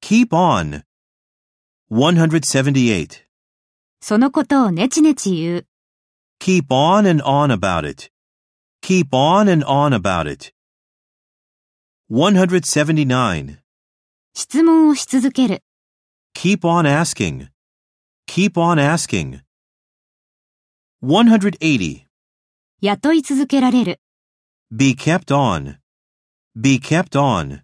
Keep on. 178. そのことをねちねち言う。 Keep on and on about it. Keep on and on about it. 179. 質問をし続ける。 Keep on asking. Keep on asking. 180. 雇い続けられる。 Be kept on. Be kept on.